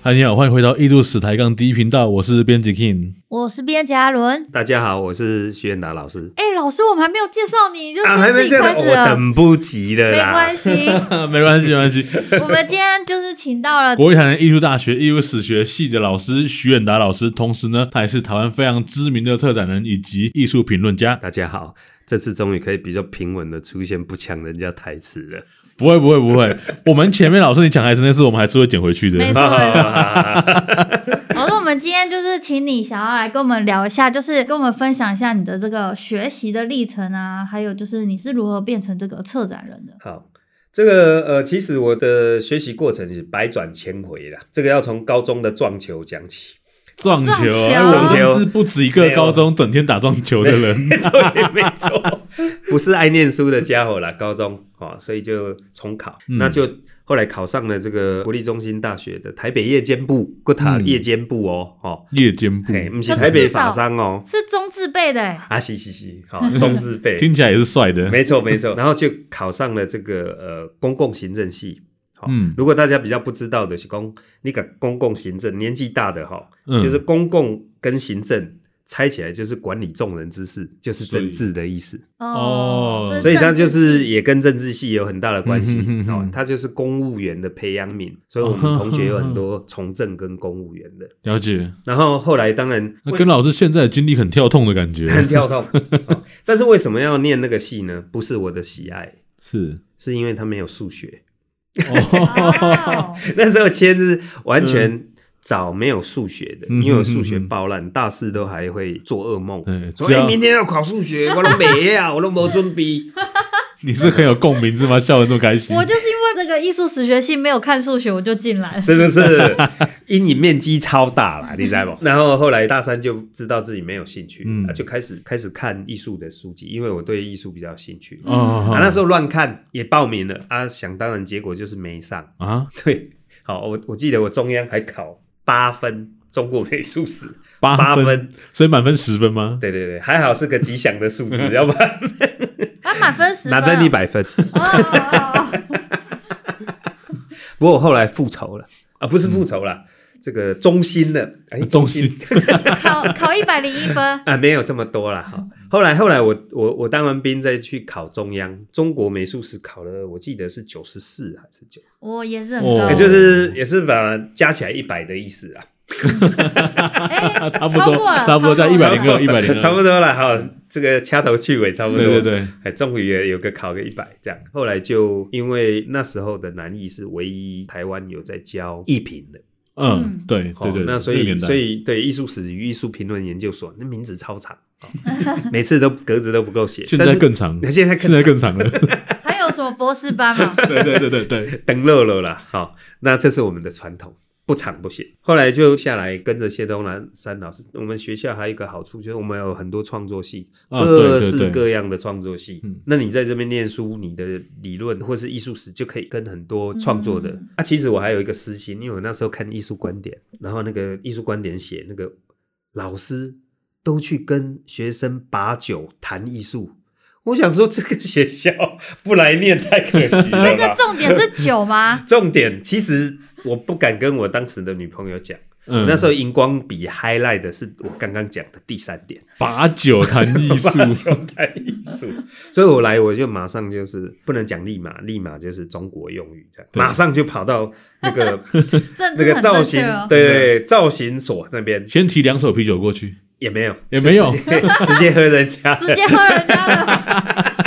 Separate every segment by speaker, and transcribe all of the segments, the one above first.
Speaker 1: 嗨，你好，欢迎回到《艺术史抬杠》第一频道，我是编辑 King。
Speaker 2: 我是编辑阿伦。
Speaker 3: 大家好，我是徐远达老师。
Speaker 2: 哎、老师，我们还没有介绍你，就是
Speaker 3: 啊，还没
Speaker 2: 自己
Speaker 3: 这样
Speaker 2: 开
Speaker 3: 子，
Speaker 2: 始
Speaker 3: 我
Speaker 2: 了。
Speaker 3: 等不及了
Speaker 2: 没
Speaker 3: 啦
Speaker 2: 关。 系，
Speaker 1: 没关系，没关系。
Speaker 2: 我们今天就是请到了
Speaker 1: 国立台南艺术大学艺术史学系的老师徐远达老师，同时呢，他也是台湾非常知名的策展人以及艺术评论家。
Speaker 3: 大家好，这次终于可以比较平稳的出现，不抢人家台词了。
Speaker 1: 不会，不会，不会。 我们前面老师你讲台词那次，我们还是会捡回去
Speaker 2: 没
Speaker 1: 的。
Speaker 2: 错。啊老师，我们今天就是请你想要来跟我们聊一下，就是跟我们分享一下你的这个学习的历程啊，还有就是你是如何变成这个策展人的。
Speaker 3: 好，这个呃，其实我的学习过程是百转千回啦。这个要从高中的撞球讲起。
Speaker 1: 撞球，
Speaker 2: 撞球
Speaker 1: 哎我们
Speaker 3: 撞球
Speaker 1: 是不止一个高中整天打撞球的人。
Speaker 3: 对，没错，不是爱念书的家伙啦，高中哦，所以就重考，
Speaker 1: 嗯
Speaker 3: 那就后来考上了这个国立中心大学的台北夜间部，国塔
Speaker 1: 嗯
Speaker 3: 夜间部哦，哦，
Speaker 1: 夜间部，
Speaker 3: 嘿，不是台北法商哦，
Speaker 2: 是中字辈的、欸，
Speaker 3: 啊，是是是，好、哦，中字辈，
Speaker 1: 嗯听起来也是帅的。
Speaker 3: 没错没错，然后就考上了这个呃公共行政系。好
Speaker 1: 嗯
Speaker 3: 如果大家比较不知道的是公那个公共行政，年纪大的哈，
Speaker 1: 嗯
Speaker 3: 就是公共跟行政拆起来就是管理众人之事，就是政治的意思。
Speaker 1: 哦
Speaker 3: 所以他
Speaker 2: 政治
Speaker 3: 就是也跟政治系有很大的关系
Speaker 1: 嗯哼哼哦哼
Speaker 3: 哦，他就是公务员的培养皿，所以我们同学有很多从政跟公务员的。
Speaker 1: 了解。
Speaker 3: 然后后来当然
Speaker 1: 那跟老师现在的经历很跳痛的感
Speaker 3: 很
Speaker 1: 觉，
Speaker 3: 跳动、哦但是为什么要念那个系呢？不是我的喜爱，
Speaker 1: 是。
Speaker 3: 是因为他没有数学。
Speaker 2: 哦
Speaker 3: 那时候签是完全找没有数学的，
Speaker 1: 嗯嗯哼
Speaker 3: 因为我数学爆烂，大四都还会做噩梦
Speaker 1: 对，
Speaker 3: 说
Speaker 1: 只要
Speaker 3: 哎明天要考数学， 我都没啊，我都没 准备。
Speaker 1: 你是很有共鸣是吗？笑得这么开心。
Speaker 2: 我就是因为这个艺术史学系没有看数学，我就进来了。
Speaker 3: 是不是？阴影面积超 大啦，你知道不？然后后来大三就知道自己没有兴趣，
Speaker 1: 嗯
Speaker 3: 啊，就开始开始看艺术的书籍，因为我对艺术比较有兴趣。
Speaker 1: 哦哦
Speaker 3: 啊，那时
Speaker 1: 候
Speaker 3: 候乱看也报名了啊，想当然结果就是没上。
Speaker 1: 啊，
Speaker 3: 对，好，我我记得我中央还考八分中国美术史，
Speaker 1: 八
Speaker 3: 八
Speaker 1: 分，
Speaker 3: 分，
Speaker 1: 所以满分十分吗？
Speaker 3: 对对对，还好是个吉祥的数 字，要不然
Speaker 2: 啊，满分十分，
Speaker 3: 满分一。百分。
Speaker 2: 哦哦哦，
Speaker 3: 不过我后来复仇
Speaker 1: 嗯
Speaker 3: 了啊，不是复仇啦，这个中心了，哎，
Speaker 1: 啊中心
Speaker 2: 哦考考一百零一分，
Speaker 3: 啊，没有这么多啦。哈。后来后来我我我当完兵再去考中央中国美术史，考了我记得是九十四还是九、
Speaker 2: 我也是很
Speaker 1: 哦
Speaker 2: 高，
Speaker 3: 也就是也是把加起来一百的意思啊，
Speaker 2: 哎，
Speaker 1: 啊差不
Speaker 2: 超
Speaker 1: 多
Speaker 2: 过了，
Speaker 1: 差不多在
Speaker 2: 超过了
Speaker 1: 102 102
Speaker 3: 差不多了哈。这个掐头去尾差不多，
Speaker 1: 对对对，
Speaker 3: 哎，终于也有个考个一百这样。后来就因为那时候的南艺是唯一台湾有在教艺评的，
Speaker 1: 嗯
Speaker 2: 嗯，
Speaker 1: 对对对，
Speaker 3: 哦、那所
Speaker 1: 这个年
Speaker 3: 以
Speaker 1: 代
Speaker 3: 所以对艺术史与艺术评论研究所那名字超长，哦每次都格子都不够 写，
Speaker 1: 现在
Speaker 3: 但是
Speaker 1: 更长，
Speaker 3: 现在
Speaker 1: 现在更长了，
Speaker 2: 还有什么博士班 吗？
Speaker 1: 对对对对对，
Speaker 3: 等乐了啦，好、那这是我们的传统，不长不行。后来就下来跟着谢东南山老师，我们学校还有一个好处就是我们有很多创作系，
Speaker 1: 啊
Speaker 3: 各
Speaker 1: 对对
Speaker 3: 式
Speaker 1: 对
Speaker 3: 各样的创作系。
Speaker 1: 嗯
Speaker 3: 那你在这边念书，你的理论或是艺术史就可以跟很多创作的、
Speaker 2: 嗯
Speaker 3: 啊。其实我还有一个私心，因为我那时候看艺术观点，然后那个艺术观点写那个老师都去跟学生把酒谈艺术。我想说，这个学校不来念太可惜了吧。
Speaker 2: 这个重点是酒 吗？
Speaker 3: 重点其实我不敢跟我当时的女朋友讲，
Speaker 1: 嗯，
Speaker 3: 那时
Speaker 1: 候
Speaker 3: 候荧光笔 highlight 的是我刚刚讲的第三点，
Speaker 1: 把酒谈艺术，
Speaker 3: 把球带艺术。所以我来我就马上就是不能讲立马，立马就是中国用语这样，
Speaker 1: 对
Speaker 3: 马上就跑到那个
Speaker 2: 政
Speaker 3: 那
Speaker 2: 治
Speaker 3: 个
Speaker 2: 很
Speaker 3: 造
Speaker 2: 正确
Speaker 3: 型
Speaker 2: 哦，。
Speaker 3: 对对造型所那边
Speaker 1: 先提两手啤酒过去，
Speaker 3: 也没有
Speaker 1: 也没有
Speaker 3: 就直接直接喝人家的
Speaker 2: 直接喝人家的，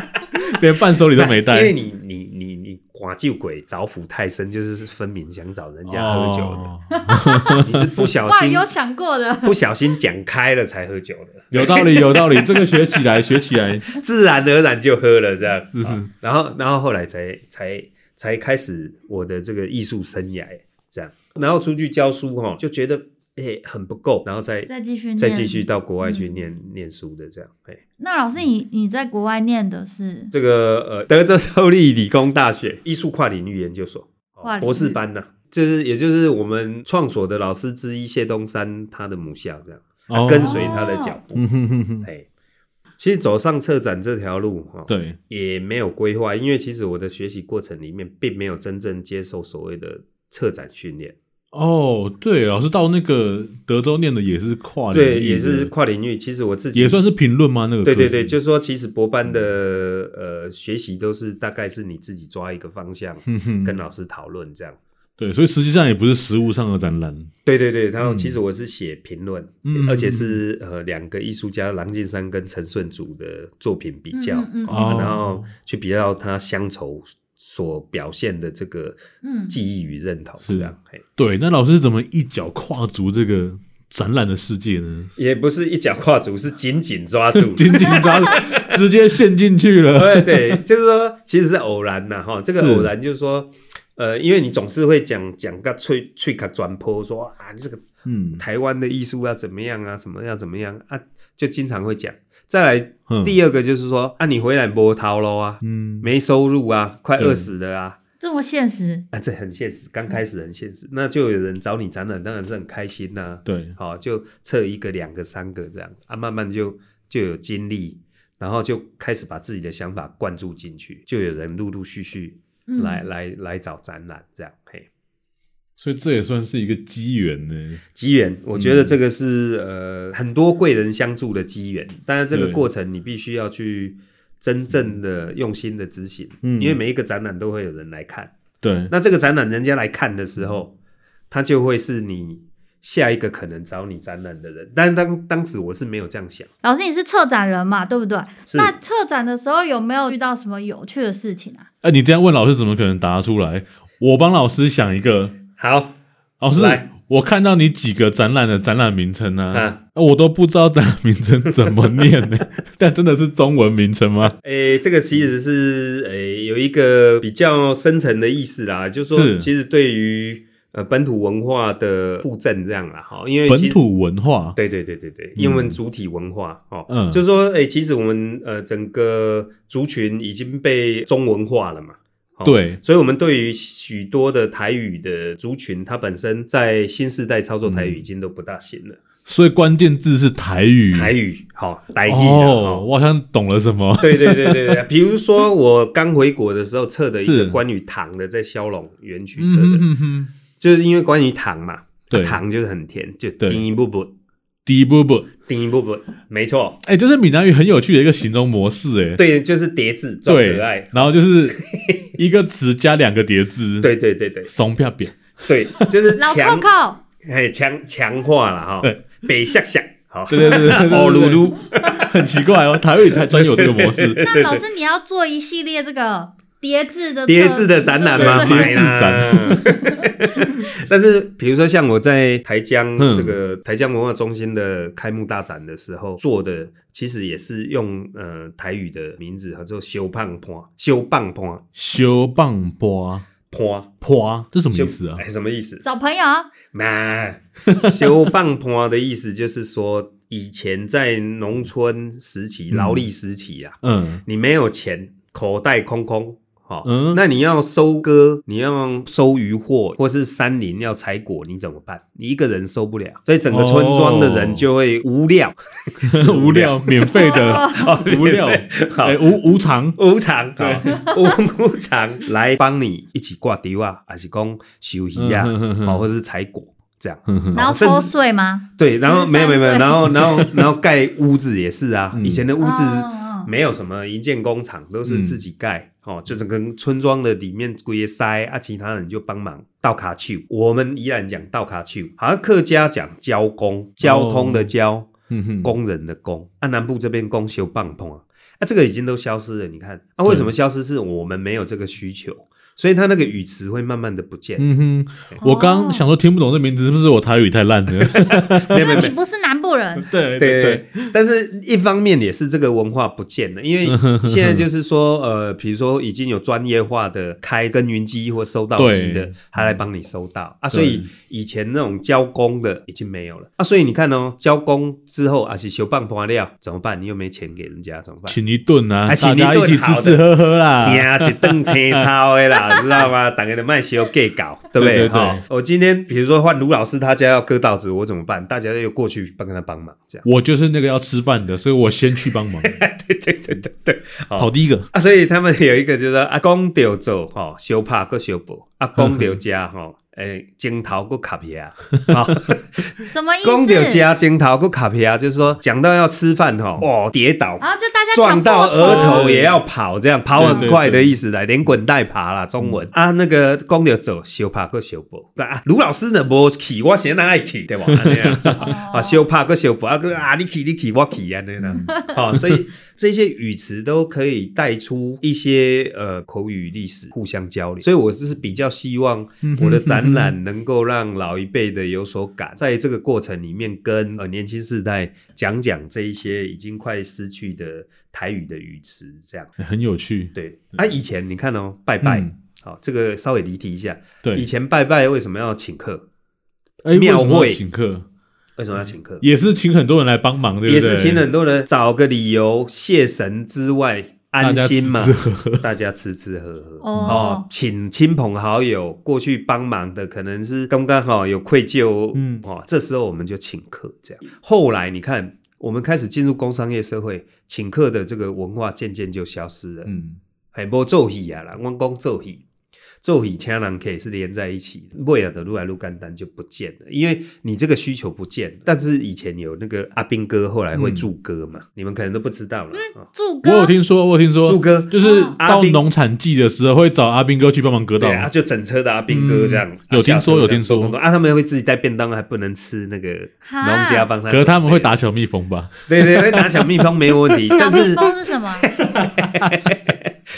Speaker 1: 连伴手礼都没
Speaker 3: 因为
Speaker 1: 带，
Speaker 3: 你你你你寡救鬼找府太深，就是分明想找人家喝酒的，
Speaker 1: 哦，
Speaker 3: 你是不小
Speaker 2: 哇，
Speaker 3: 心
Speaker 2: 有想 过的，
Speaker 3: 不小心讲开了才喝酒的，
Speaker 1: 有道理有道理，这个学起来学起来，
Speaker 3: 自然而然就喝了这样。
Speaker 1: 是是
Speaker 3: 啊然后然后后来才才才开始我的这个艺术生涯这样，然后出去教书哈，就觉得诶、很不够，然后再
Speaker 2: 再继续念，
Speaker 3: 再继续。到国外去
Speaker 2: 嗯
Speaker 3: 念、念书的这样。哎、
Speaker 2: 那老师你，你在国外念的是
Speaker 3: 这个呃德州州立理工大学艺术跨领域研究所哦
Speaker 2: 跨领域
Speaker 3: 博士班呢、就是，也就是我们创所的老师之一谢东山，他的母校这样，
Speaker 1: 哦
Speaker 3: 跟随他的脚步。
Speaker 2: 哦
Speaker 1: 嗯哼哼哼，
Speaker 3: 哎，其实走上策展这条路哈，哦，
Speaker 1: 对，
Speaker 3: 也没有规划，因为其实我的学习过程里面并没有真正接受所谓的策展训练。
Speaker 1: 哦，对，老师到那个德州念的也是跨领域的
Speaker 3: 对，也是跨领域。其实我自己
Speaker 1: 也算是评论吗？那个
Speaker 3: 对对
Speaker 1: 科系
Speaker 3: 对，就是说，其实博班的呃学习都是大概是你自己抓一个方向，
Speaker 1: 哼嗯哼
Speaker 3: 跟老师讨论这样。
Speaker 1: 对，所以实际上也不是实物上的展览，
Speaker 3: 对对对，然后
Speaker 1: 嗯
Speaker 3: 其实我是写评论，
Speaker 1: 嗯
Speaker 3: 而且是呃两个艺术家郎静山跟陈顺祖的作品比较，
Speaker 2: 嗯嗯嗯
Speaker 1: 哦
Speaker 3: 然后去比较他乡愁所表现的这个
Speaker 2: 嗯
Speaker 3: 记忆与认同，
Speaker 1: 是
Speaker 3: 这样。嘿
Speaker 1: 对，那老师是怎么一脚跨足这个展览的世界呢？
Speaker 3: 也不是一脚跨足，是紧紧抓住，
Speaker 1: 紧紧抓着，直接陷进去了。
Speaker 3: 对对，就是说其实是偶然呐、哈，这
Speaker 1: 是
Speaker 3: 个偶然就是说，呃，因为你总是会讲讲个脆脆卡转坡说啊，这个
Speaker 1: 嗯，
Speaker 3: 台湾的艺术要怎么样啊，什么要怎么样啊，就经常会讲。再来
Speaker 1: 嗯
Speaker 3: 第二个就是说，啊，你回来波涛喽啊，
Speaker 1: 嗯，
Speaker 3: 没收入啊，快
Speaker 1: 对
Speaker 3: 饿死了啊。
Speaker 2: 这么现实，
Speaker 3: 啊，这很现实，刚开始很现
Speaker 1: 嗯
Speaker 3: 实，那就有人找你展览，当然是很开心呐、
Speaker 1: 对，
Speaker 3: 好、就测一个、两个、三个这样啊，慢慢就就有精力，然后就开始把自己的想法灌注进去，就有人陆陆续续
Speaker 2: 嗯
Speaker 3: 来、来来找展览这样。嘿，
Speaker 1: 所以这也算是一个机缘呢。
Speaker 3: 机缘，
Speaker 1: 嗯
Speaker 3: 我觉得这个是、呃很多贵人相助的机缘，当然这个
Speaker 1: 对
Speaker 3: 过程你必须要去真正的用心的执行，
Speaker 1: 嗯
Speaker 3: 因为每一个展览都会有人来看，
Speaker 1: 对，
Speaker 3: 那这个展览人家来看的时
Speaker 1: 嗯
Speaker 3: 候，他就会是你。下一个可能找你展览的人，但是当当时我是没有这样想，
Speaker 2: 老师你是策展人嘛，对不对？
Speaker 3: 是
Speaker 2: 那策展的时候有没有遇到什么有趣的事情啊？
Speaker 1: 哎、你这样问老师，怎么可能答得出来？我帮老师想一个，
Speaker 3: 好，
Speaker 1: 老师
Speaker 3: 来，
Speaker 1: 我看到你几个展览的展览名称呢、啊
Speaker 3: 啊
Speaker 1: 我都不知道展览名称怎么念 呢、但真的是中文名称吗？
Speaker 3: 诶、这个其实是诶、有一个比较深层的意思啦，就
Speaker 1: 是
Speaker 3: 是说其实对于呃本土文化的附赠这样啦，哈，因为其
Speaker 1: 本
Speaker 3: 实
Speaker 1: 土文化，
Speaker 3: 对对对对对，因为我们主体文化、哦，
Speaker 1: 嗯
Speaker 3: 就是说诶、其实我们呃整个族群已经被中文化了嘛。哦
Speaker 1: 对
Speaker 3: 所以我们对于许多的台语的族群，它本身在新时代操作台
Speaker 1: 嗯
Speaker 3: 语已经都不大行了。
Speaker 1: 所以关键字是台语。
Speaker 3: 台语，好、台语啦
Speaker 1: 哦，
Speaker 3: 哦
Speaker 1: 我好像懂了什么。
Speaker 3: 对对对对对，比如说我刚回国的时候测的一
Speaker 1: 是
Speaker 3: 个关于糖的，在骁龙园区
Speaker 1: 嗯
Speaker 3: 测的，
Speaker 1: 哼哼哼，
Speaker 3: 就是因为关于糖嘛，
Speaker 1: 对
Speaker 3: 啊糖就是很甜，就
Speaker 1: 对
Speaker 3: 丁一步步，
Speaker 1: 第一步步，
Speaker 3: 丁一步步，没错，
Speaker 1: 哎、这是闽南语很有趣的一个形容模式、哎，
Speaker 3: 对，就是叠字，装
Speaker 1: 对
Speaker 3: 可爱，，
Speaker 1: 然后就是 一个词加两个叠字，，
Speaker 3: 对对对对
Speaker 1: 怂啪啪，
Speaker 3: 对，就是
Speaker 2: 老扣
Speaker 3: 强，
Speaker 2: 扣，
Speaker 3: 哎，强强化了哈
Speaker 1: 对，
Speaker 3: 北下下，好，
Speaker 1: 对对对对 对对
Speaker 3: 哦噜噜，
Speaker 1: 很奇怪哦，台语才专有这个模式，
Speaker 2: 那老师你要做一系列这个叠字的
Speaker 3: 叠
Speaker 2: 策
Speaker 3: 字的展览
Speaker 2: 对
Speaker 3: 吗？
Speaker 2: 对对
Speaker 1: 买
Speaker 3: 买啦。 但是，比如说像我在台江
Speaker 1: 嗯
Speaker 3: 这个台江文化中心的开幕大展的时候做的，其实也是用呃台语的名字，叫做修棒坡、修棒坡、
Speaker 1: 修棒波
Speaker 3: 坡，
Speaker 1: 坡，这什么
Speaker 3: 修
Speaker 1: 意思啊
Speaker 3: 哎，？什么意思？
Speaker 2: 找朋友啊，
Speaker 3: 哦那 修棒坡的意思就是说，以前在农村时期、
Speaker 1: 嗯
Speaker 3: 劳力时期啊，
Speaker 1: 嗯，
Speaker 3: 你没有钱，口袋空空，好、
Speaker 1: 嗯
Speaker 3: 那你要收割，你要收渔获，或是山林要采果，你怎么办？你一个人收不了，所以整个村庄的人就会无料，
Speaker 1: 无料，免费 的无料，
Speaker 3: 哦好。
Speaker 1: 哎，无无偿，
Speaker 3: 无偿，好无无偿来帮你一起挂丢啊，还是讲收鱼啊
Speaker 1: 嗯哼哼，哼
Speaker 3: 好，或者是采果这样。
Speaker 1: 哼嗯哼
Speaker 2: 然后
Speaker 3: 甚
Speaker 2: 抽
Speaker 3: 至
Speaker 2: 税吗？
Speaker 3: 对，然后
Speaker 2: 13
Speaker 3: 没有没有没有，
Speaker 2: 岁
Speaker 3: 然后然后然后盖屋子也是啊，
Speaker 1: 嗯
Speaker 3: 以前的屋子
Speaker 2: 哦
Speaker 3: 没有什么营建工厂，都是
Speaker 1: 嗯
Speaker 3: 自己盖、哦，就整个村庄的里面归塞啊，其他人就帮忙倒卡丘。我们依然讲倒卡丘，好像客家讲交工，交
Speaker 1: 哦
Speaker 3: 通的交，
Speaker 1: 哼嗯哼
Speaker 3: 工人的工。啊，南部这边工修棒碰啊，啊，这个已经都消失了。你看，啊，为什么消失？是我们没有这个需求，所以它那个语词会慢慢的不见。
Speaker 1: 嗯哼，我刚想说听不懂这名字，是不是我台语太烂了？
Speaker 2: 因为你不是南部人，
Speaker 1: 对
Speaker 3: 对
Speaker 1: 对，
Speaker 3: 但是一方面也是这个文化不见了，因为现在就是说，呃，比如说已经有专业化的开耕耘机或收稻机的
Speaker 1: 对，
Speaker 3: 他来帮你收稻
Speaker 1: 对
Speaker 3: 啊，所以以前那种交工的已经没有了啊，所以你看哦，交工之后啊是修棒花料怎么办？你又没钱给人家怎么 办？
Speaker 1: 请一顿啊，
Speaker 3: 啊请
Speaker 1: 大
Speaker 3: 一
Speaker 1: 家
Speaker 3: 顿
Speaker 1: 一起吃吃喝喝啦，
Speaker 3: 加一顿青草的 啦，知道吗？大家的卖修给搞，对不
Speaker 1: 对对对
Speaker 3: 哈我今天比如说换卢老师他家要割稻子，我怎么办？大家又过去帮他帮忙，这样。
Speaker 1: 我就是那个要吃饭的，所以我先去帮忙，
Speaker 3: 对对对对对，好
Speaker 1: 跑第一个。
Speaker 3: 啊，所以他们有一个就是说啊，公着做吼，相拍搁相报；啊，公着家吼，诶，镜头过卡皮啊，啊，
Speaker 2: 什么意
Speaker 3: 公掉
Speaker 2: 思？
Speaker 3: 加镜头过卡皮啊，就是说讲到要吃饭吼，哇，跌倒
Speaker 2: 然后就大家
Speaker 3: 撞
Speaker 2: 抢
Speaker 3: 到
Speaker 2: 破
Speaker 3: 额
Speaker 1: 头
Speaker 3: 头也要跑，这样跑很快的意思来，连滚带爬啦，中文啊，那个光着走，小怕个小步啊，卢老师呢无去，我先爱去，对吧？安尼啊
Speaker 2: 哦
Speaker 3: 啊，小怕个小步啊，个啊，你去你去，我去安尼啦。
Speaker 1: 嗯
Speaker 3: 好，所以这些语词都可以带出一些呃口语历史互相交流，所以我是比较希望
Speaker 1: 嗯
Speaker 3: 我的展览能够让老一辈的有所感，在这个过程里面跟呃年轻世代讲讲这一些已经快失去的台语的语词，这样
Speaker 1: 哎很有趣。
Speaker 3: 对。啊，以前你看哦，拜拜，
Speaker 1: 嗯
Speaker 3: 好，这个稍微离题一下，
Speaker 1: 对，
Speaker 3: 以前拜拜为什么要请客？
Speaker 1: 哎为什么
Speaker 3: 庙会
Speaker 1: 要请客
Speaker 3: 为什么要请客？
Speaker 1: 也是请很多人来帮忙，对不
Speaker 3: 也
Speaker 1: 对？
Speaker 3: 是请很多人找个理由谢神之外
Speaker 1: 大
Speaker 3: 安
Speaker 1: 家
Speaker 3: 心嘛
Speaker 1: 吃，喝喝
Speaker 3: 大家吃吃喝喝。哦
Speaker 2: 哦，，
Speaker 3: 请亲朋好友过去帮忙的，可能是刚刚好有愧疚，
Speaker 1: 嗯
Speaker 3: 嗯，哦，这时候我们就请客这样。后来你看，我们开始进入工商业社会，请客的这个文化渐渐就消失了。
Speaker 1: 嗯，
Speaker 3: 还无做戏啊啦，阮讲做戏，做戏请人客是连在一起的，尾啊的愈来愈简单就不见了，因为你这个需求不见了。但是以前有那个阿兵哥，后来
Speaker 1: 嗯
Speaker 3: 会祝歌嘛，你们可能都不知道了。哦
Speaker 2: 祝
Speaker 1: 我有
Speaker 2: 哥
Speaker 1: 听说，我有听说，
Speaker 3: 祝歌
Speaker 1: 就是
Speaker 2: 哦
Speaker 1: 到
Speaker 3: 阿兵
Speaker 1: 农产季的时候会找阿兵哥去帮忙割稻
Speaker 3: 对啊，
Speaker 1: 米，
Speaker 3: 就整车的阿兵哥这样，
Speaker 1: 嗯
Speaker 3: 啊
Speaker 1: 有听说有听说
Speaker 3: 小车这样咚咚咚啊，他们会自己带便当，还不能吃那个
Speaker 2: 哈
Speaker 3: 农家帮他准备的。
Speaker 1: 可是他们会打小蜜蜂吧？
Speaker 3: 对，对对，会打小蜜蜂没有问题，
Speaker 2: 小
Speaker 3: 但
Speaker 2: 蜜
Speaker 3: 是
Speaker 2: 蜂是什 么？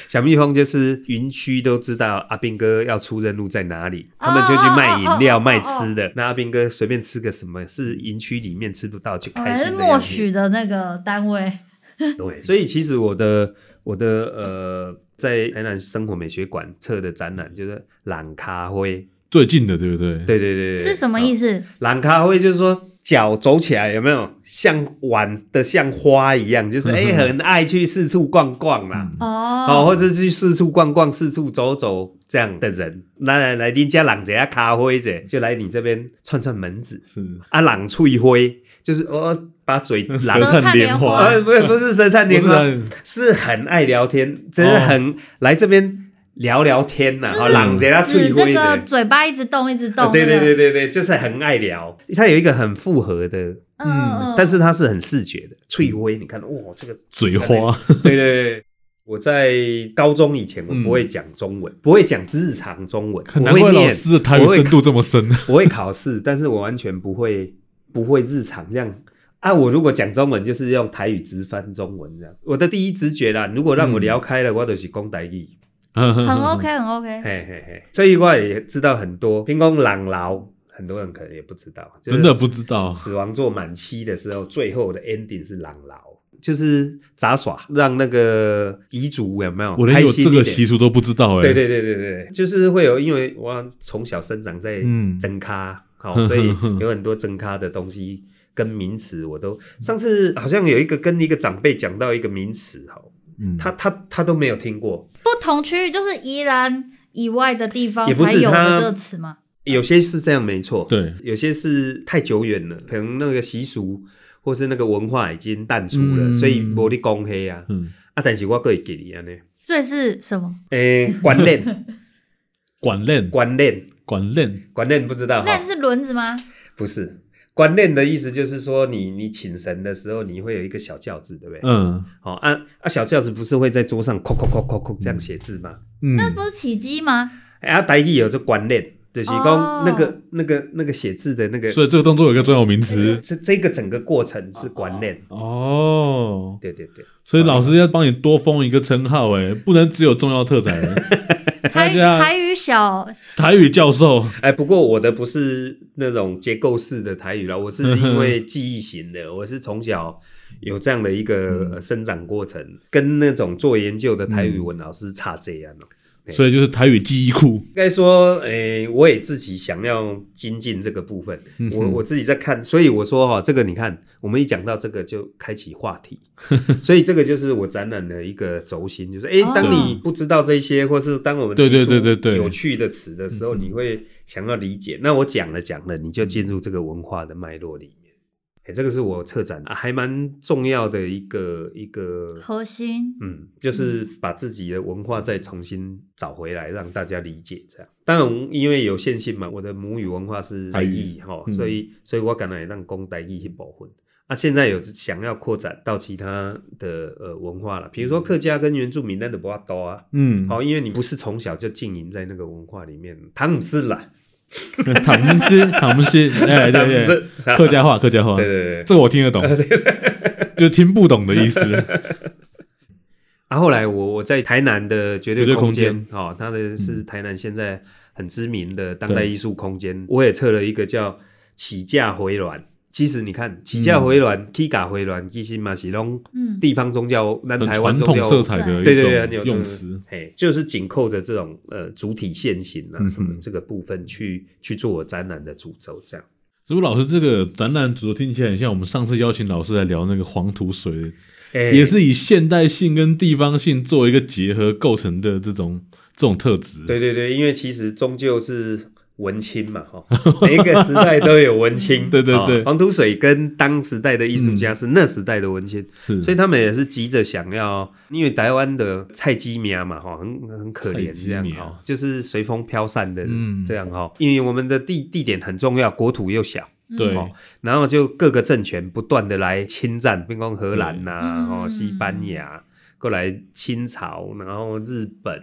Speaker 3: 小蜜蜂就是云区都知道阿兵哥要出任务在哪里，他们就去卖饮
Speaker 2: 哦哦哦哦
Speaker 3: 料、
Speaker 2: 哦
Speaker 3: 卖吃的。那阿兵哥随便吃个什么是营区里面吃不到，就
Speaker 2: 哦
Speaker 3: 开
Speaker 2: 是
Speaker 3: 心的
Speaker 2: 默
Speaker 3: 样子。
Speaker 2: 许的那个单位。
Speaker 3: 对，所以其实我的我的呃，在台南生活美学馆测的展览就是懒咖啡，
Speaker 1: 最近的，对不对？，
Speaker 3: 对对对对，
Speaker 2: 是什么意
Speaker 3: 思？
Speaker 2: 思？
Speaker 3: 懒咖啡就是说。脚走起来有没有像碗的像花一样？就是哎、很爱去四处逛逛啦。
Speaker 1: 嗯
Speaker 3: 哦，
Speaker 2: 哦，
Speaker 3: 或者是去四处逛逛、四处走走这样的人，那来来人家朗一下咖啡者，就来你这边串串门子
Speaker 1: 是
Speaker 3: 啊，朗脆灰就是哦，把嘴朗
Speaker 1: 舌
Speaker 2: 舌。
Speaker 1: 灿
Speaker 2: 灿
Speaker 1: 莲
Speaker 2: 莲花
Speaker 1: 花
Speaker 3: 呃，，不是不是舌灿
Speaker 1: 不
Speaker 3: 莲
Speaker 1: 是哦
Speaker 3: 花，
Speaker 1: 很
Speaker 3: 是很爱聊天，真的很、来这边聊聊天呐、啊，朗着他脆
Speaker 2: 指那
Speaker 3: 灰
Speaker 2: 个
Speaker 3: 的，哦
Speaker 2: 嘴巴一直动，一直动。
Speaker 3: 对对
Speaker 2: 那个
Speaker 3: 对，对对，就是很爱聊。他有一个很复合的，
Speaker 1: 嗯
Speaker 2: 嗯，
Speaker 3: 但是他是很视觉的，脆灰，你看，哇，这个
Speaker 1: 嘴花，
Speaker 3: 对对对，我在高中以前我不会讲中文，不会讲日常中文，我
Speaker 1: 嗯难
Speaker 3: 会
Speaker 1: 怪老
Speaker 3: 念，
Speaker 1: 师的台语
Speaker 3: 我会
Speaker 1: 深度这么深。 啊
Speaker 3: 我会考试，但是我完全不会不会日常这样。啊，我如果讲中文，就是用台语直翻中文这样。我的第一直觉啦，如果让我聊开了，我就是讲台语。
Speaker 1: 很
Speaker 3: 嗯
Speaker 2: 很 OK，很
Speaker 1: 嗯
Speaker 2: OK。
Speaker 3: 嘿嘿嘿，这一块也知道很多，听讲朗劳，很多人可能也不知道，就是
Speaker 1: 真的不知道。
Speaker 3: 死亡座满期的时候，最后的 ending 是朗劳，就是杂耍，让那个遗族有没有
Speaker 1: 我连
Speaker 3: 开
Speaker 1: 有
Speaker 3: 心
Speaker 1: 这
Speaker 3: 一
Speaker 1: 个
Speaker 3: 点？
Speaker 1: 习俗都不知道哎、
Speaker 3: 对对对对对，就是会有，因为我从小生长在
Speaker 1: 嗯
Speaker 3: 真咖，好、所以有很多真咖的东西跟名词我都上次好像有一个跟一个长辈讲到一个名词，哈，
Speaker 1: 嗯，
Speaker 3: 他他他都没有听过，
Speaker 2: 不同区域就是宜兰以外的地方
Speaker 3: 也不
Speaker 2: 才
Speaker 3: 是
Speaker 2: 有
Speaker 3: 它
Speaker 2: 的这个词嘛。
Speaker 3: 有些是这样没错，
Speaker 1: 对
Speaker 3: 有些是太久远了，可能那个习俗或是那个文化已经淡出了，
Speaker 1: 嗯
Speaker 3: 所以无你讲黑啊，
Speaker 1: 嗯，
Speaker 3: 啊，但是我可会给你安尼，
Speaker 2: 所以是什么？
Speaker 3: 诶、关 链
Speaker 1: 管链
Speaker 3: 关链
Speaker 1: 管链，
Speaker 3: 关链不知道哈
Speaker 2: 那，是轮子吗？
Speaker 3: 不是关链的意思就是说你你请神的时候你会有一个小轿子，对不对？
Speaker 1: 嗯
Speaker 3: 哦啊啊，小轿子不是会在桌上扣扣扣扣扣这样写字吗？
Speaker 1: 嗯，
Speaker 2: 那不是起鸡吗？
Speaker 3: 哎啊，台语有这关链，就是
Speaker 2: 哦
Speaker 3: 讲那个、那个那个写字的那个，
Speaker 1: 嗯所以这个动作有一个专有名词
Speaker 3: 这这个整个过程是关链。
Speaker 1: 哦。
Speaker 3: 对对对，
Speaker 1: 所以老师要帮你多封一个称号哎、不能只有重要特产、
Speaker 2: 台语
Speaker 1: 家
Speaker 2: 台语小
Speaker 1: 台语教授，
Speaker 3: 哎，不过我的不是那种结构式的台语啦，我是因为记忆型的，我是从小有这样的一个呃生长过程，跟那种做研究的台语文老师差这样哦。对
Speaker 1: 所以就是台语记忆库。
Speaker 3: 应该说，诶、我也自己想要精进这个部分，
Speaker 1: 嗯
Speaker 3: 我
Speaker 1: 哼
Speaker 3: 我自己在看，所以我说哈、这个你看，我们一讲到这个就开启话 题，所以这个就是我展览的一个轴心，就是诶、
Speaker 2: 哦
Speaker 3: 当你不知道这些，或是当我们
Speaker 1: 对对
Speaker 3: 提出
Speaker 1: 对对嗯对
Speaker 3: 有趣的词的时候，你会想要理解。那我讲了讲了，你就进入这个文化的脉络里面。哎，这个是我策展、啊、还蛮重要的一个一个
Speaker 2: 核心。
Speaker 3: 嗯，就是把自己的文化再重新找回来，让大家理解这样。当然，因为有限性嘛，我的母语文化是台语哈、哦
Speaker 1: 嗯
Speaker 3: 所以所以我可能也让公台语去保护。啊，现在有想要扩展到其他的呃文化了，比如说客家跟原住民，那都不要多啊。
Speaker 1: 嗯，
Speaker 3: 好、因为你不是从小就浸淫在那个文化里面，汤姆斯啦，
Speaker 1: 唐诗，唐诗，哎，
Speaker 3: 汤姆
Speaker 1: 对对，
Speaker 3: 斯，
Speaker 1: 客家话，客家话，
Speaker 3: 对对对。
Speaker 1: 这我听得 懂，就听不懂的意思。
Speaker 3: 啊，后来我我在台南的绝
Speaker 1: 绝对
Speaker 3: 对
Speaker 1: 空
Speaker 3: 空
Speaker 1: 间嗯
Speaker 3: 间，哦，它的是台南现在很知名的当代艺术空间，我也测了一个叫起价回暖。其实你看，起
Speaker 1: 嗯
Speaker 3: 价回暖、起价回暖，其实嘛是拢
Speaker 2: 嗯，
Speaker 3: 地方宗教，咱
Speaker 1: 很
Speaker 3: 台
Speaker 1: 传
Speaker 3: 湾宗
Speaker 1: 统
Speaker 3: 教
Speaker 1: 色彩的
Speaker 3: 对对对，
Speaker 1: 一
Speaker 3: 很有
Speaker 1: 种
Speaker 3: 这
Speaker 1: 用
Speaker 3: 个
Speaker 1: 词，，
Speaker 3: 嘿，就是紧扣着这种呃主体现行啊
Speaker 1: 嗯
Speaker 3: 什么
Speaker 1: 嗯
Speaker 3: 这个部分去去做我展览的主轴，这样。
Speaker 1: 所以老师这个展览主轴听起来很像我们上次邀请老师来聊那个黄土水，
Speaker 3: 哎
Speaker 1: 也是以现代性跟地方性作为一个结合构成的这种这种特质。
Speaker 3: 对对对，因为其实终究是文青嘛， 哈，每一个时代都有文青。
Speaker 1: 对对
Speaker 3: 哦
Speaker 1: 对嗯
Speaker 3: 黄土水跟当时代的艺术家是那时代的文青，
Speaker 1: 是，
Speaker 3: 所以他们也是急着想要，因为台湾的菜鸡苗嘛，哈，很很可怜
Speaker 1: 菜鸡
Speaker 3: 这样
Speaker 1: 苗
Speaker 3: 哈，就是随风飘散的
Speaker 1: 嗯
Speaker 3: 这样哈，因为我们的地地点很重要，国土又小。
Speaker 2: 嗯
Speaker 1: 对
Speaker 3: 哦，然后就各个政权不断的来侵占，比如说荷兰呐、
Speaker 2: 嗯
Speaker 3: 哦，西班牙，过来清朝，然后日本，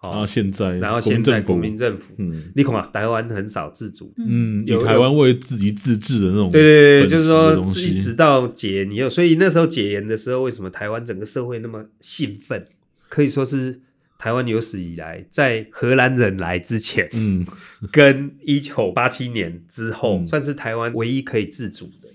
Speaker 1: 然后
Speaker 3: 哦，
Speaker 1: 现在，
Speaker 3: 然后现在
Speaker 1: 国
Speaker 3: 国
Speaker 1: 民
Speaker 3: 民
Speaker 1: 政
Speaker 3: 政府，
Speaker 1: 府，嗯
Speaker 3: 你看啊，台湾很少自主，
Speaker 1: 嗯，以
Speaker 3: 有
Speaker 1: 台湾为自己自治的那种，
Speaker 3: 对对对，
Speaker 1: 本质
Speaker 3: 就
Speaker 1: 的
Speaker 3: 是说
Speaker 1: 东西
Speaker 3: 一直到解严以后，所以那时候解严的时候，为什么台湾整个社会那么兴奋？可以说是台湾有史以来，在荷兰人来之前，
Speaker 1: 嗯，
Speaker 3: 跟一九八七年之后，
Speaker 1: 嗯
Speaker 3: 算是台湾唯一可以自主的，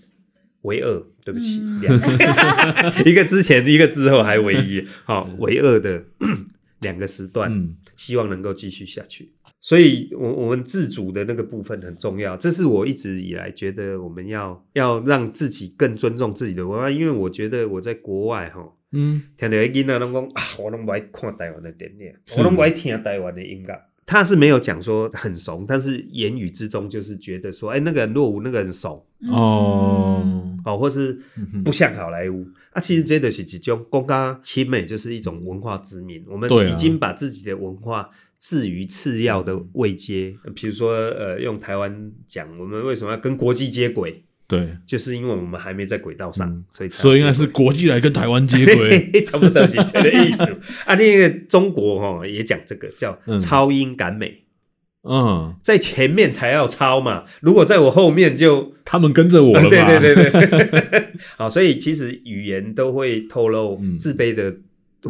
Speaker 3: 唯二，对不起，
Speaker 2: 嗯
Speaker 3: 两个， 一个之前，一个之后，还唯 一，好、唯二的 两个时段，
Speaker 1: 嗯
Speaker 3: 希望能够继续下去。所以，我我们自主的那个部分很重要，这是我一直以来觉得我们要要让自己更尊重自己的文化，因为我觉得我在国外哈，吼
Speaker 1: 嗯，
Speaker 3: 听到囡仔拢讲啊，我拢不爱看台湾的电影，
Speaker 1: 是
Speaker 3: 我拢不爱听台湾的音乐。他是没有讲说很怂，但是言语之中就是觉得说，哎、那个人落伍，那个人怂
Speaker 1: 哦
Speaker 2: 嗯
Speaker 3: 哦，或是
Speaker 1: 嗯哼
Speaker 3: 不像好莱坞、啊。其实这就是一种公家亲美，就是一种文化之民。我们
Speaker 1: 对啊
Speaker 3: 已经把自己的文化置于次要的位阶。
Speaker 1: 嗯
Speaker 3: 比如说，呃，用台湾讲，我们为什么要跟国际接轨？
Speaker 1: 对，
Speaker 3: 就是因为我们还没在轨道上，
Speaker 1: 嗯
Speaker 3: 所以才要
Speaker 1: 所以应该
Speaker 3: 接轨
Speaker 1: 是国际来跟台湾接轨，
Speaker 3: 对， 差不多是这个 意思。啊，另一个中国哈、哦、也讲这个叫
Speaker 1: 嗯
Speaker 3: 超音赶美，
Speaker 1: 嗯，
Speaker 3: 在前面才要超嘛，如果在我后面就，
Speaker 1: 他们跟着我了嘛，
Speaker 3: 对对对对。 好，所以其实语言都会透露
Speaker 1: 嗯
Speaker 3: 自卑的，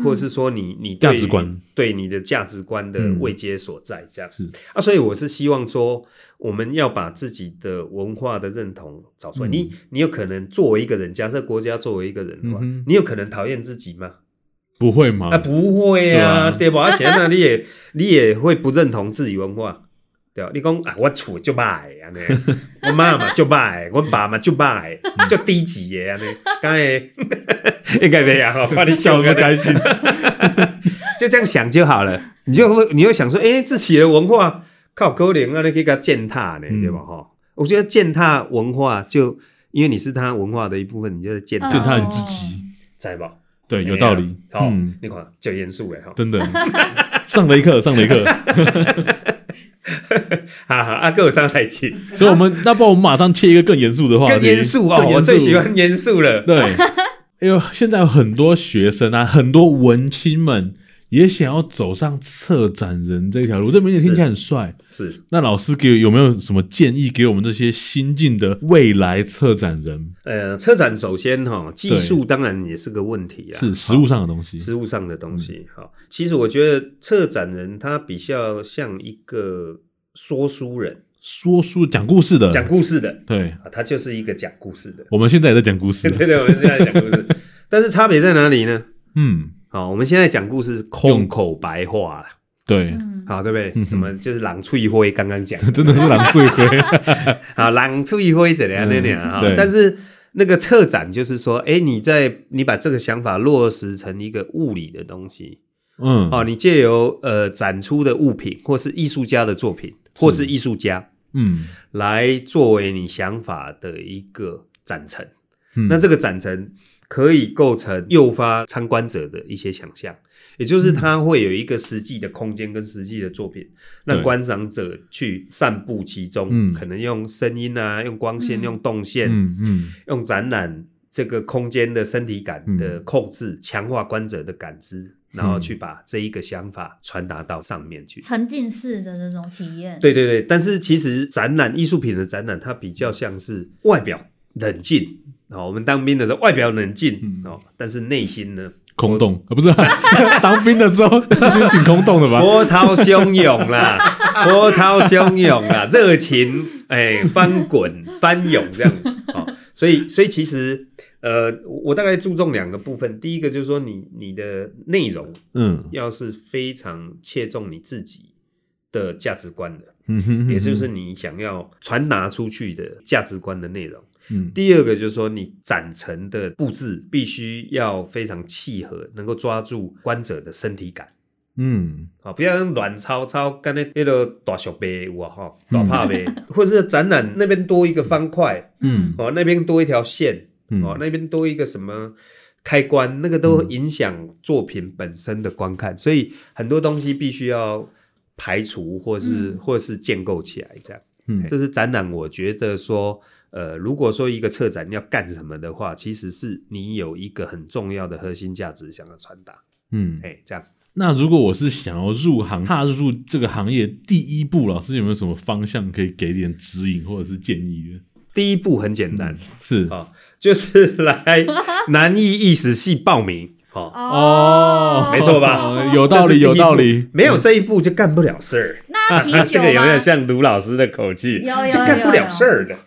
Speaker 3: 或是说你你
Speaker 1: 价
Speaker 3: 对
Speaker 1: 值
Speaker 3: 于
Speaker 1: 观
Speaker 3: 对你的价值观的
Speaker 1: 嗯
Speaker 3: 位阶所在，这样、
Speaker 1: 是
Speaker 3: 啊。所以我是希望说。我们要把自己的文化的认同找出来。
Speaker 1: 嗯
Speaker 3: 你，你有可能作为一个人，假设国家作为一个人的话，
Speaker 1: 嗯哼
Speaker 3: 你有可能讨厌自己吗？
Speaker 1: 不会吗
Speaker 3: 啊，？不会啊，
Speaker 1: 对
Speaker 3: 对吧？而且那你也 你也会不认同自己文化，对吧？你讲啊，我厝就歹啊呢， 我妈嘛就歹，我爸嘛就歹，
Speaker 1: 嗯
Speaker 3: 就低级的啊呢，当然 应该没有啊， 把你笑
Speaker 1: 笑得
Speaker 3: 个
Speaker 1: 开 心，
Speaker 3: 就这样想就好了。你就会，你会想说，哎、自己的文化靠勾连啊，那可以给它践踏呢，
Speaker 1: 嗯
Speaker 3: 对吧？哈，我觉得践踏文化就，因为你是他文化的一部分，你就是践踏，
Speaker 1: 嗯践踏你
Speaker 2: 哦
Speaker 1: 自己，
Speaker 3: 在吧？
Speaker 1: 对，有道理，
Speaker 3: 好、
Speaker 1: 嗯，
Speaker 3: 你看，就严肃哎哈。
Speaker 1: 真的，上了一课，上了一 课。
Speaker 3: 哈哈，阿哥啊有上台去，
Speaker 1: 所以，我们那不然我们马上切一个更严肃的话题，
Speaker 3: 更严肃哦
Speaker 1: 更，严
Speaker 3: 我最喜欢严肃了。
Speaker 1: 对，因为现在有很多学生啊，很多文青们也想要走上策展人这条路，这名字听起来很帅。
Speaker 3: 是，
Speaker 1: 那老师给有没有什么建议给我们这些新进的未来策展人？
Speaker 3: 呃，车展首先哈、技术当然也是个问题啊，
Speaker 1: 是
Speaker 3: 好
Speaker 1: 实物嗯上的东西，
Speaker 3: 实物上的东西。好、其实我觉得策展人他比较像一个说书人，
Speaker 1: 说书讲故事的，
Speaker 3: 讲故事的
Speaker 1: 对，
Speaker 3: 啊，他就是一个讲故事的。
Speaker 1: 我们现在也在讲故事
Speaker 3: 对。对对，我们现在讲故事，但是差别在哪里呢？
Speaker 1: 嗯，
Speaker 3: 好、我们现在讲故事是空口白话啦，
Speaker 1: 对，
Speaker 2: 嗯
Speaker 3: 好，对不对？
Speaker 1: 嗯哼
Speaker 3: 什么就是狼翠辉刚刚讲 的，
Speaker 1: 真的是狼最灰。
Speaker 3: 啊，朗出一挥怎样那样啊
Speaker 1: 嗯对？
Speaker 3: 但是那个策展就是说，哎，你在你把这个想法落实成一个物理的东西，
Speaker 1: 嗯，
Speaker 3: 哦，你借由呃展出的物品，或是艺术家的作品，或
Speaker 1: 是
Speaker 3: 是艺术家
Speaker 1: 嗯，
Speaker 3: 来作为你想法的一个展陈。
Speaker 1: 嗯
Speaker 3: 那这个展陈可以构成诱发参观者的一些想象，也
Speaker 1: 嗯
Speaker 3: 就是它会有一个实际的空间跟实际的作品，让
Speaker 1: 对
Speaker 3: 观赏者去散步其中，
Speaker 1: 嗯
Speaker 3: 可能用声音啊、用光线、
Speaker 2: 嗯
Speaker 3: 用动线、
Speaker 1: 嗯嗯
Speaker 3: 用展览这个空间的身体感
Speaker 1: 嗯
Speaker 3: 的控制，强化观者的感知，然后去把这一个想法传达到上面去。
Speaker 2: 沉浸式的这种体验。，
Speaker 3: 对对对，但是其实展览艺术品的展览，它比较像是外表冷静。哦，我们当兵的时候外表冷静、
Speaker 1: 嗯
Speaker 3: 哦，但是内 心呢
Speaker 1: 空洞啊，不是啊当兵的时候，那边挺空洞的吧？
Speaker 3: 波涛汹涌啦， 波涛汹涌啦，热情哎 翻滚翻涌这样哦，所以所以其实呃，我大概注重两个部分，第一个就是说你你的内容
Speaker 1: 嗯
Speaker 3: 要是非常切中你自己的价值观的，
Speaker 1: 嗯哼，
Speaker 3: 也就是你想要传达出去的价值观的内容。
Speaker 1: 嗯
Speaker 3: 第二个就是说，你展陈的布置必须要非常契合，能够抓住观者的身体感。
Speaker 1: 嗯
Speaker 3: 啊，不要用卵抄抄，干那那个大小杯有啊哈，大
Speaker 1: 嗯
Speaker 3: 帕 杯，或者是展览那边多一个方块，
Speaker 1: 嗯
Speaker 3: 哦，那边多一条线，
Speaker 1: 嗯
Speaker 3: 哦，那边多一个什么开关，那个都影响作品本身的观看，所以很多东西必须要排除，或是
Speaker 2: 嗯
Speaker 3: 或是建构起来，这样，
Speaker 1: 嗯
Speaker 3: 哎这是展览，我觉得说。呃，如果说一个策展要干什么的话，其实是你有一个很重要的核心价值想要传达，
Speaker 1: 嗯。
Speaker 3: 哎，这样。
Speaker 1: 那如果我是想要入行、踏入这个行业，第一步，老师有没有什么方向可以给点指引或者是建议的？
Speaker 3: 第一步很简单，
Speaker 1: 是
Speaker 3: 哦，就是来南艺艺史系报名。哦，
Speaker 1: 哦
Speaker 3: 没错吧
Speaker 1: 哦 有道理，
Speaker 3: 这是第一
Speaker 1: 有
Speaker 3: 步
Speaker 1: 道理。
Speaker 3: 没有这一步就干不了事儿。
Speaker 2: 那啤酒
Speaker 3: 那
Speaker 2: 吗？
Speaker 3: 这个有没有像卢老师的口气？
Speaker 2: 有有
Speaker 3: 这干不了事儿的。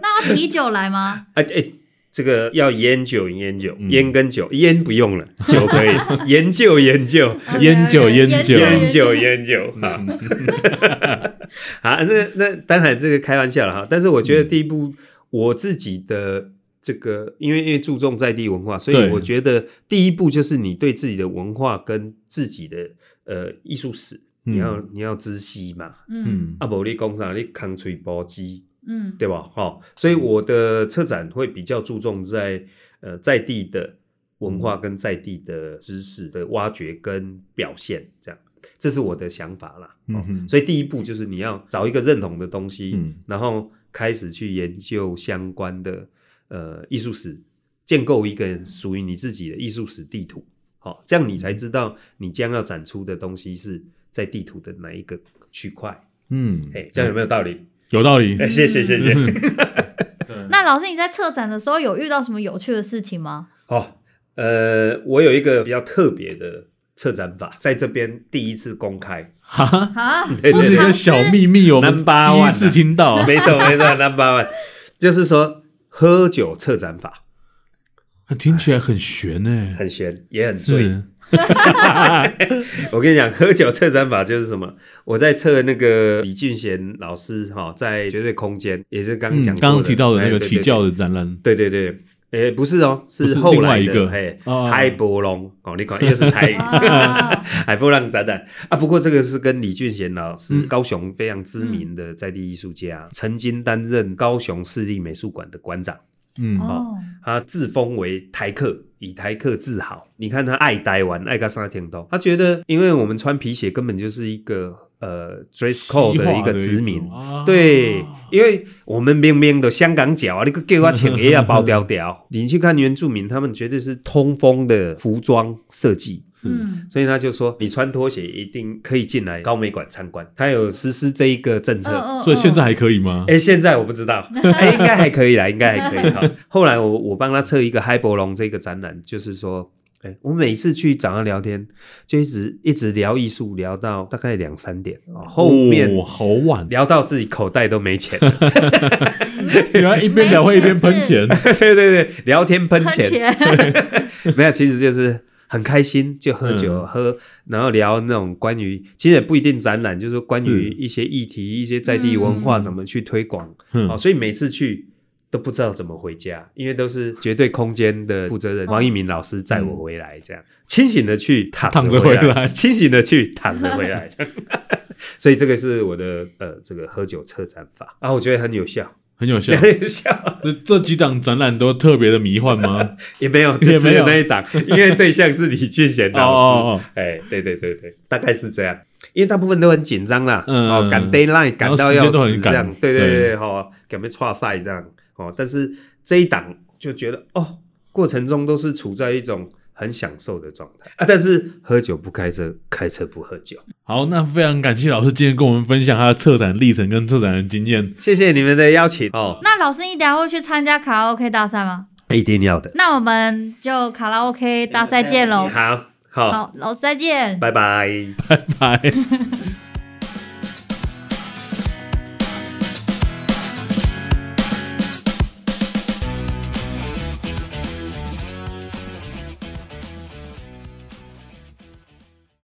Speaker 2: 那要啤酒来吗？
Speaker 3: 哎哎，这个要烟酒烟酒
Speaker 1: 嗯
Speaker 3: 烟跟酒烟不用了，酒可 以研究研究
Speaker 2: 呃
Speaker 1: 烟酒
Speaker 2: OK，OK，
Speaker 1: 烟酒
Speaker 3: 烟酒烟酒啊。
Speaker 1: 嗯
Speaker 3: 好，那那当然这个开玩笑了哈，但是我觉得
Speaker 1: 嗯
Speaker 3: 第一步、我自己的这个，因为因为注重在地文化，所以
Speaker 1: 对
Speaker 3: 我觉得第一步就是你对自己的文化跟自己的呃艺术史，
Speaker 1: 嗯
Speaker 3: 你要、你要知悉嘛。
Speaker 2: 嗯
Speaker 1: 嗯
Speaker 3: 啊，不，你讲啥？你扛吹包机，
Speaker 2: 嗯，
Speaker 3: 对吧？哈、所以
Speaker 1: 嗯
Speaker 3: 我的策展会比较注重在呃在地的文
Speaker 1: 嗯
Speaker 3: 化跟在地的知识的挖掘跟表现，这样，这是我的想法啦。
Speaker 1: 嗯哼
Speaker 3: 哦所以第一步就是你要找一个认同的东西，
Speaker 1: 嗯
Speaker 3: 然后开始去研究相关的呃艺术史，建构一个属于你自己的艺术史地图。好、这样你才知道你将要展出的东西是在地图的哪一个区块。
Speaker 1: 嗯
Speaker 3: 哎、这样有没有道理？
Speaker 1: 有道理
Speaker 3: 哎、。谢谢谢
Speaker 1: 嗯
Speaker 3: 谢。
Speaker 2: 那老师你在策展的时候有遇到什么有趣的事情吗？
Speaker 3: 好，呃，我有一个比较特别的策展法，在这边第一次公开。
Speaker 1: 哈，
Speaker 2: 啊，
Speaker 3: 对
Speaker 1: 这
Speaker 2: 不
Speaker 1: 是一
Speaker 2: 尝
Speaker 1: 个
Speaker 2: 试
Speaker 1: 小秘密，我们第
Speaker 3: Number one 啊
Speaker 1: 一次听到。
Speaker 3: 没错没错，Number One，就是说喝酒策展法
Speaker 1: 听起来很欸悬呢，
Speaker 3: 很悬，也很醉。
Speaker 1: 是
Speaker 3: 我跟你讲，喝酒策展法就是什么？我在测那个李俊贤老师哈、在绝对空间，也是刚刚
Speaker 1: 嗯
Speaker 3: 讲过
Speaker 1: 刚刚提到的那
Speaker 3: 哎
Speaker 1: 个
Speaker 3: 对
Speaker 1: 奇教的展览，
Speaker 3: 对对对。对诶，不是哦，
Speaker 1: 不
Speaker 3: 是
Speaker 1: 是
Speaker 3: 后
Speaker 1: 另
Speaker 3: 来
Speaker 1: 外一
Speaker 3: 的，
Speaker 1: 个
Speaker 3: 嘿，
Speaker 1: 哦
Speaker 3: 海波龙哦，你看又是台语，
Speaker 2: 啊
Speaker 3: 海波浪展览啊，不过这个是跟李俊贤老师，
Speaker 1: 嗯
Speaker 3: 高雄非常知名的在地艺术家，曾经担任高雄市立美术馆的馆长，
Speaker 1: 嗯
Speaker 2: 哦，
Speaker 3: 他自封为台客，以台客自豪。你看他爱台湾，爱个啥天都，他觉得因为我们穿皮鞋根本就是一个呃 dress code 的一啊个殖民，，对，因为我们明明的香港脚啊，你个给我请也要包屌 屌。你去看原住民，他们绝对是通风的服装设计。
Speaker 2: 嗯，
Speaker 3: 所以他就说，你穿拖鞋一定可以进来高美馆参观。他有实施这一个政策，哎、
Speaker 2: 嗯
Speaker 1: 所以现在还可以吗？
Speaker 3: 现在我不知 道，哎、应该还可以啦，应该还可以哈。后来我我帮他测一个嗨博龙这个展览，就是说，哎、我每次去找他聊天，就一直一直聊艺术，聊到大概两三点，哦后面
Speaker 1: 哦好晚，
Speaker 3: 聊到自己口袋都没钱，
Speaker 1: 原来一边聊会一边喷钱，
Speaker 3: 对对对，聊天喷
Speaker 2: 喷
Speaker 3: 钱，
Speaker 2: 钱，
Speaker 3: 没有，其实就是很开心，就喝酒、
Speaker 1: 嗯
Speaker 3: 喝，然后聊那种关于，其实也不一定展览，就是说关于
Speaker 1: 是
Speaker 3: 一些议题、一些在地文化怎么去推广。
Speaker 1: 嗯
Speaker 3: 哦，所以每次去都不知道怎么回家，因为都是绝对空间的负责人黄一鸣老师载我回来，这样、清醒的去躺
Speaker 1: 躺
Speaker 3: 着
Speaker 1: 着
Speaker 3: 回
Speaker 1: 回来
Speaker 3: 清醒的去躺着回来。 这样 所以这个是我的呃这个喝酒策展法啊，我觉得很有效。
Speaker 1: 很有效。
Speaker 3: 很笑
Speaker 1: 这这几档展览都特别的迷幻吗？
Speaker 3: 也没有，
Speaker 1: 也
Speaker 3: 就只
Speaker 1: 没有
Speaker 3: 有那一档，因为对象是李俊贤
Speaker 1: 哦哦
Speaker 3: 老
Speaker 1: 哦
Speaker 3: 师。哎，对对对对，大概是这样。因为大部分都很紧张啦，
Speaker 1: 嗯
Speaker 3: 哦，赶 deadline 赶到
Speaker 1: 然
Speaker 3: 要
Speaker 1: 后时间都
Speaker 3: 死
Speaker 1: 很
Speaker 3: 这
Speaker 1: 赶
Speaker 3: 样，对对
Speaker 1: 对
Speaker 3: 对，哦，赶被岔赛这样，哦，但是这一档就觉得哦，过程中都是处在一种很享受的状态啊，但是喝酒不开车，开车不喝酒。
Speaker 1: 好，那非常感谢老师今天跟我们分享他的策展历程跟策展的经验。
Speaker 3: 谢谢你们的邀请哦，
Speaker 2: 那老师，你等一下会去参加卡拉 OK 大赛吗？
Speaker 3: 一定要的。
Speaker 2: 那我们就卡拉 OK 大赛见喽！
Speaker 3: 好好，
Speaker 2: 好，老师再见。
Speaker 3: 拜拜。
Speaker 1: 拜拜。